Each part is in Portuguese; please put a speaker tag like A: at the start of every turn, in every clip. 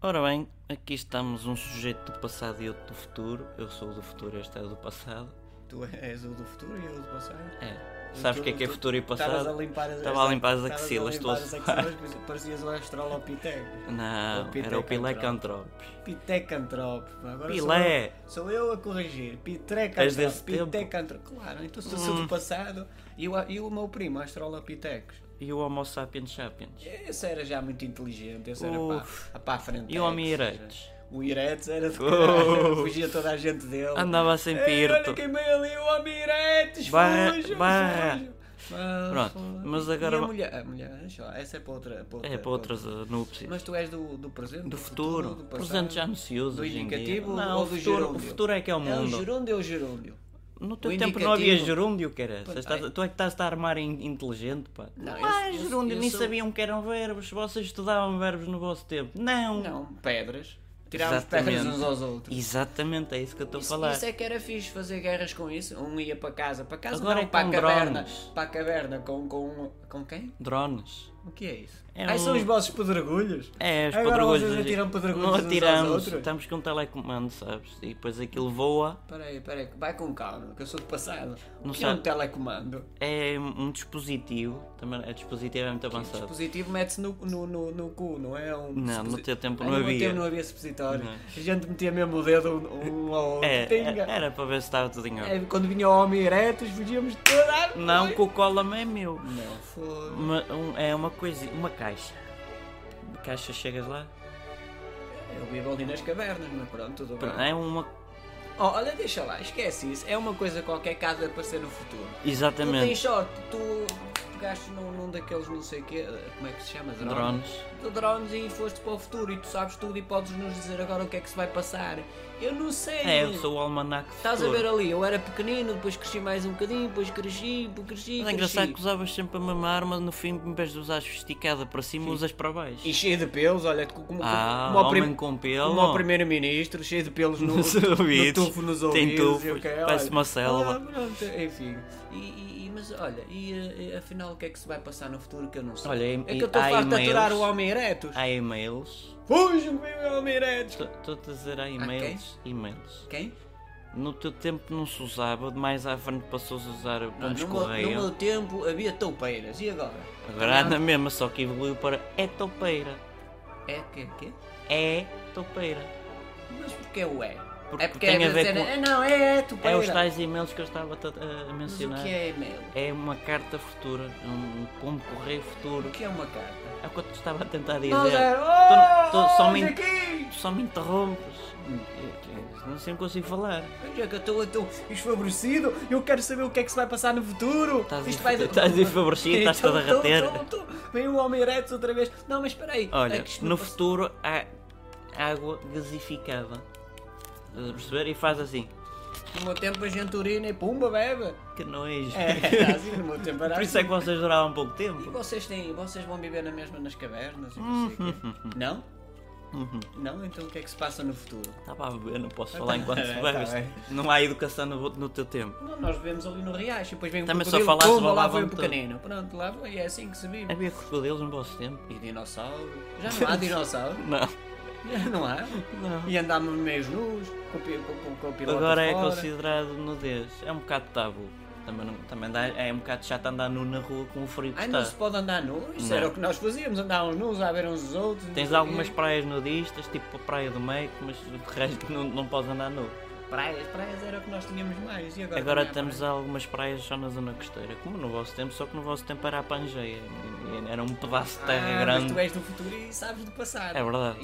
A: Ora bem, aqui estamos um sujeito do passado e outro do futuro. Eu sou o do futuro, este é o do passado.
B: Tu és o do futuro e eu o do passado.
A: É.
B: E
A: Sabes o
B: tu-
A: que é que é
B: tu-
A: futuro e
B: Estavas a
A: passado?
B: limpar as
A: Estava a limpar as
B: estavas a
A: axilas, estou a
B: limpar as axilas, pois Parecias um o Australopithecus.
A: Não,
B: o
A: era o
B: Pithecanthropus.
A: Pilecantropes.
B: Pitecantropo. Agora sou
A: Pilé.
B: eu- Sou eu a corrigir.
A: És desse
B: Pitrecantropo.
A: tempo? Hum.
B: Pitecantropo. Claro, então sou, sou do passado e o, e o meu primo, Australopithecus.
A: E o Homo sapiens sapiens.
B: Esse era já muito inteligente, esse era
A: Uf.
B: para, para a frente.
A: E o Homem Erectus? É
B: O Iretes era de
A: Oh.
B: fugia toda a gente dele.
A: Andava assim sempre
B: Ei,
A: irto.
B: Olha queimei ali o Homem Erectus,
A: Barra-
B: fujam,
A: barra.
B: fujam. Ah,
A: Pronto,
B: fujam.
A: mas agora
B: E a
A: va-
B: mulher, a mulher, deixa lá, essa é para outra. Para outra
A: É para outras eh, núpcias.
B: Mas tu és do, do presente?
A: do futuro,
B: do passado,
A: presente já não se usa.
B: Do
A: hoje em dia.
B: indicativo
A: não,
B: ou
A: o
B: do
A: futuro,
B: gerúndio?
A: o futuro é que é o
B: É o
A: mundo.
B: gerúndio ou o gerúndio?
A: no teu
B: o
A: tempo não havia
B: indicativo.
A: gerúndio, que era.
B: Pois, ai.
A: tu é que estás a armar in- inteligente, pá.
B: Não, eu-
A: ah,
B: eu-
A: gerúndio,
B: eu
A: nem
B: sou-
A: sabiam que eram verbos. Vocês estudavam verbos no vosso tempo. Não.
B: Não, pedras. Tirávamos pedras
A: Exatamente.
B: uns aos outros.
A: Exatamente, é isso que eu estou a
B: Isso,
A: falar.
B: isso é que era fixe fazer guerras com isso. Um ia para casa, para casa
A: Agora
B: não,
A: é
B: para a
A: com
B: caverna.
A: drones.
B: Para a caverna com, com. com quem?
A: Drones.
B: O que é isso?
A: É
B: Ai, são
A: um-
B: os vossos pedregulhos?
A: É, os
B: Agora
A: pedregulhos.
B: vocês
A: hoje-
B: atiram pedregulhos
A: Não
B: uns aos
A: atiramos,
B: outros?
A: estamos com um telecomando, sabes? E depois aquilo voa.
B: Peraí, peraí, vai com calma, que eu sou do passado.
A: Não
B: O que é um
A: sabe.
B: telecomando?
A: É um dispositivo. Também, é dispositivo é muito
B: O
A: avançado.
B: dispositivo mete-se no, no, no, no cu, não é? Um
A: Não, no
B: disposi-
A: teu tempo
B: Ah,
A: não
B: No meu
A: havia.
B: tempo não havia supositório.
A: Não.
B: A gente metia mesmo o dedo um, um ao outro.
A: É,
B: Tinga.
A: era para ver se estava tudo em ordem.
B: É, quando vinha o homem ereto, fugíamos toda a
A: Não que o cola é meu.
B: Não, foi.
A: Uma- um- é uma coisa, uma caixa. De Caixa chegas lá?
B: Eu vivo ali nas cavernas, mas pronto, tudo
A: Pronto,
B: bem.
A: É uma.
B: Oh, olha, deixa lá, esquece isso. É uma coisa qualquer que há de aparecer no futuro. Tu tens
A: Exatamente.
B: sorte, tu pegaste num, num daqueles não sei quê, como é que se chama? Drone?
A: Drones.
B: Tu drones e foste para o futuro e tu sabes tudo e podes nos dizer agora o que é que se vai passar. Eu não sei.
A: É, eu sou o almanac. do
B: Estás a
A: futuro.
B: ver ali, eu era pequenino, depois cresci mais um bocadinho, depois cresci, depois cresci,
A: Mas é
B: cresci.
A: engraçado que usavas sempre a mesma arma, no fim, em vez de usar esticada para cima, usas para baixo.
B: E cheio de pelos, olha, como, como,
A: Ah,
B: como ao
A: homem
B: prim-
A: com pelo.
B: como ao primeiro-ministro, cheio de pelos no,
A: Nos
B: no
A: ouvidos.
B: tufo nos
A: Tem
B: ouvidos. e o
A: tufos,
B: que é,
A: parece
B: olha.
A: uma célula.
B: Ah, pronto, enfim, E- e- e- mas olha, e, eh, afinal o que é que se vai passar no futuro que eu não sei?
A: Olha, e-
B: é
A: e
B: que eu estou
A: há
B: farto de aturar
A: e-mails.
B: o homem eretos.
A: Há e-mails.
B: Fujam com o homem eretos.
A: Estou a dizer, há e-mails. E-mails.
B: Quem?
A: No teu tempo não se usava, de mais à frente passou-se a usar
B: Não,
A: pontos
B: no, meu, no
A: correio.
B: meu tempo havia toupeiras, e agora?
A: Agora anda mesmo, só que evoluiu para é topeira.
B: É que quê?
A: É topeira.
B: Mas porquê o é?
A: Porque
B: é porque
A: tem
B: é
A: a ver
B: cena-
A: com-
B: "Ah, Não, é, é
A: É
B: toupeira.
A: os tais e-mails que eu estava a, a
B: Mas o
A: mencionar.
B: que é e-mail?
A: É uma carta futura, um pombo correio futuro.
B: O que é uma carta?
A: É o que eu te estava a tentar dizer.
B: Nós é-
A: Tu- tu-
B: Oh,
A: só me-
B: olha aqui!
A: Tu só me interrompes. Eu- eu Não sei, não consigo falar.
B: Olha é que eu estou- eu estou esfavorecido, eu quero saber o que é que se vai passar no futuro.
A: Estás estás desfavorecido, estás todo a
B: Estou-
A: rater.
B: estou- estou- Vem o homem ereto outra vez. Não, mas espera aí. É
A: Olha,
B: que isto
A: no
B: me passou-
A: futuro há água gasificada. Estás a perceber? E faz assim.
B: No meu tempo a gente urina e pumba, bebe.
A: Que nojo.
B: É, era assim, no meu tempo era
A: Por isso é que vocês duravam pouco tempo.
B: E vocês têm, vocês vão viver na mesma nas cavernas e não sei o quê? Não? Não? Então o que é que se passa no futuro?
A: Uhum. Estava a beber, não posso falar enquanto
B: tá
A: bebes.
B: bem.
A: Não há educação no, no teu tempo.
B: Não, nós vivemos ali no riacho e depois vem um
A: Também só
B: crocodilo,
A: falaste
B: pumba, lá
A: balava
B: foi o
A: muito.
B: pequenino. Pronto, lá foi, é assim que se vive.
A: Havia crocodilos no vosso tempo?
B: E dinossauro? Já não há dinossauro?
A: Não.
B: Já não há?
A: Não.
B: E andámos meios nus, com, pi- com, com, com a pilota
A: Agora é
B: fora.
A: considerado nudez. É um bocado tabu. Também, não- também dá- é um bocado chato andar nu na rua com o frio que
B: Ai,
A: está.
B: não se pode andar nus? Isso
A: Não.
B: era o que nós fazíamos, andávamos nus a ver uns dos outros. não
A: Tens
B: sei o
A: algumas
B: quê.
A: praias nudistas, tipo a Praia do Meio, mas de resto não, não podes andar nu.
B: Praias, praias era o que nós tínhamos mais. E agora é
A: Agora
B: não há
A: temos
B: praias.
A: algumas praias só na zona costeira, como no vosso tempo, só que no vosso tempo era a Pangeia. e- e Era um pedaço de terra
B: ah,
A: grande.
B: Mas tu és do futuro e sabes do passado.
A: É verdade, eu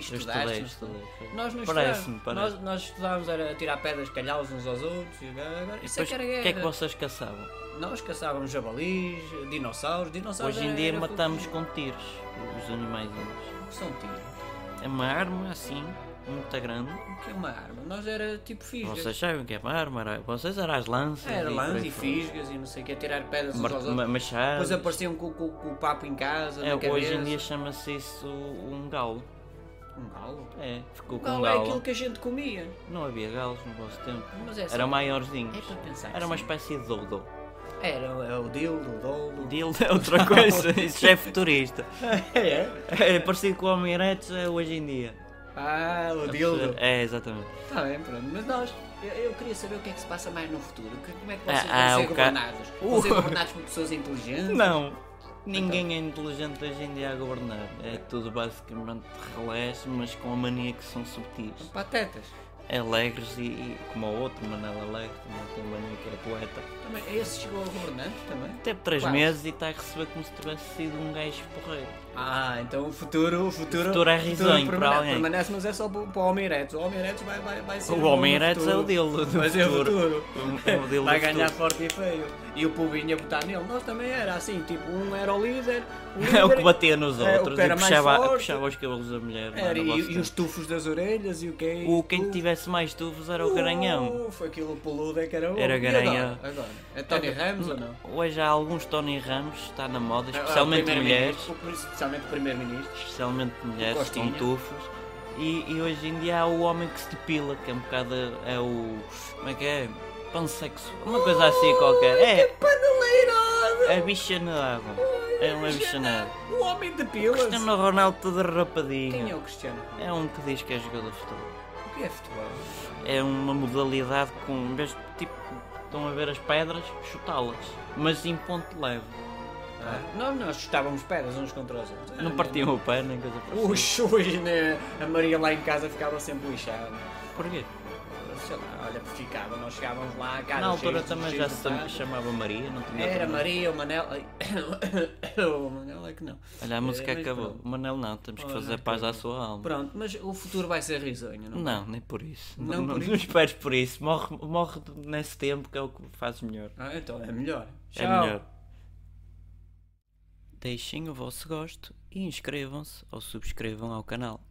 A: estudei,
B: Estudaste, não
A: estudei.
B: Nós não
A: Parece-me,
B: estudávamos.
A: parece.
B: Nós, nós estudávamos era tirar pedras, calhá-los uns aos outros. E agora, isso é
A: Depois, o
B: que era
A: que
B: guerra.
A: é que vocês caçavam?
B: Nós caçávamos jabalis, dinossauros, dinossauros.
A: Hoje em
B: era-
A: dia
B: era
A: matamos
B: fogo.
A: com tiros os animaizinhos.
B: O que são tiros?
A: É uma arma assim, muito grande.
B: O que é uma arma? Nós era tipo fisgas.
A: Vocês sabem o que é uma arma? Era- Vocês eram as lanças.
B: Era
A: e por
B: lãs
A: aí
B: e
A: fora.
B: fisgas e não sei o que, tirar pedras uns
A: Mar-
B: aos
A: ma-
B: outros. Depois
A: Machados.
B: apareciam com, com- com o papo em casa,
A: É,
B: na cabeça.
A: hoje em dia chama-se isso um galo.
B: Um galo?
A: É, ficou
B: Um
A: com um
B: galo é aquilo
A: galo.
B: que a gente comia.
A: Não havia galos no vosso tempo.
B: Mas é só-
A: Eram maiorzinhos.
B: É para pensar
A: Era uma
B: assim.
A: espécie de dodo.
B: Era é o dildo, o dolo.
A: Dildo é outra coisa, isso já é futurista.
B: É?
A: É parecido com o Homem Erectus é hoje em dia.
B: Ah, o
A: A
B: dildo.
A: perceber? É, exatamente.
B: Está Tá bem, pronto. Mas nós, eu, eu queria saber o que é que se passa mais no futuro. Que- como é que vocês
A: Ah, ah,
B: vão ser
A: o ca-
B: governados? Vão ser
A: Uh.
B: governados por pessoas inteligentes?
A: Não. Ninguém é inteligente hoje em dia a governar. É tudo basicamente relés, mas com a mania que são subtis.
B: Patetas.
A: Alegres e, e como o outro, Manel Alegre, também tem mania que é poeta.
B: Também, esse chegou ao governante também?
A: Teve 3
B: Quase.
A: meses e está a receber como se tivesse sido um gajo porreiro.
B: Ah, então o futuro, o futuro,
A: O futuro é risonho para
B: permane-
A: alguém.
B: Permanece, mas é só para o Homem Eretos. O Homem Eretos vai, vai, vai ser
A: O
B: bom no
A: Homem Eretos é o
B: futuro.
A: dele. do É
B: Mas é o futuro.
A: O- o dele
B: vai
A: do
B: ganhar
A: futuro.
B: forte e feio. E o povo ia votar nele. Nós também era assim, tipo, um era o líder, o
A: É o
B: líder-
A: que batia nos
B: É, o
A: outros
B: que era
A: e
B: mais
A: puxava,
B: forte.
A: puxava os cabelos da mulher.
B: era,
A: mano,
B: e,
A: gosto
B: e os tufos das orelhas e o que é
A: O
B: isso
A: quem
B: tudo.
A: tivesse mais tubos era o garanhão.
B: Uh, Foi aquilo peludo é que era o.
A: Era
B: E
A: garanhão. um
B: Agora, agora? É Tony Ramos ou não?
A: Hoje há alguns Tony Ramos, está na moda,
B: Ah, ah, o
A: especialmente mulheres.
B: primeiro-ministro, o- Especialmente o primeiro-ministro.
A: Especialmente mulheres com
B: Costinha.
A: tufos. E, e hoje em dia há o homem que se depila, que é um bocado. é o. como é que é? Pansexo. Uma coisa assim qualquer. É,
B: Paneleirada!
A: é bichanado. É um é bichanado.
B: O homem de pilas!
A: Cristiano Ronaldo todo
B: Quem é
A: rapadinho.
B: o Cristiano?
A: É um que diz que é jogador de futebol.
B: O que é futebol?
A: É uma modalidade com. em vez de, tipo, estão a ver as pedras, chutá-las. Mas em ponto leve.
B: Ah, Nós, nós chutávamos pedras uns contra os outros.
A: Ah. Não partiam o pé nem coisa parecida.
B: Ux, ui, né? A Maria lá em casa ficava sempre lixada.
A: Porquê?
B: Sei lá, olha, ficava, nós chegávamos lá a casa.
A: Na altura
B: cheios de
A: também já
B: cheios
A: se
B: de pá.
A: chamava Maria, não tinha
B: Era
A: outro nome.
B: Maria, o Manel. o Manel é que não.
A: Olha, a música
B: É, mas
A: acabou.
B: pronto.
A: Manel não, temos que
B: Olha,
A: fazer paz à sua alma.
B: Pronto, mas o futuro vai ser risonho, não? é?
A: Não, nem por isso.
B: Não
A: Não,
B: por
A: não,
B: isso.
A: não esperes por isso. Morre, morre nesse tempo que é o que fazes melhor.
B: Ah, então é melhor.
A: É
B: Tchau.
A: melhor. Deixem o vosso gosto e inscrevam-se ou subscrevam ao canal.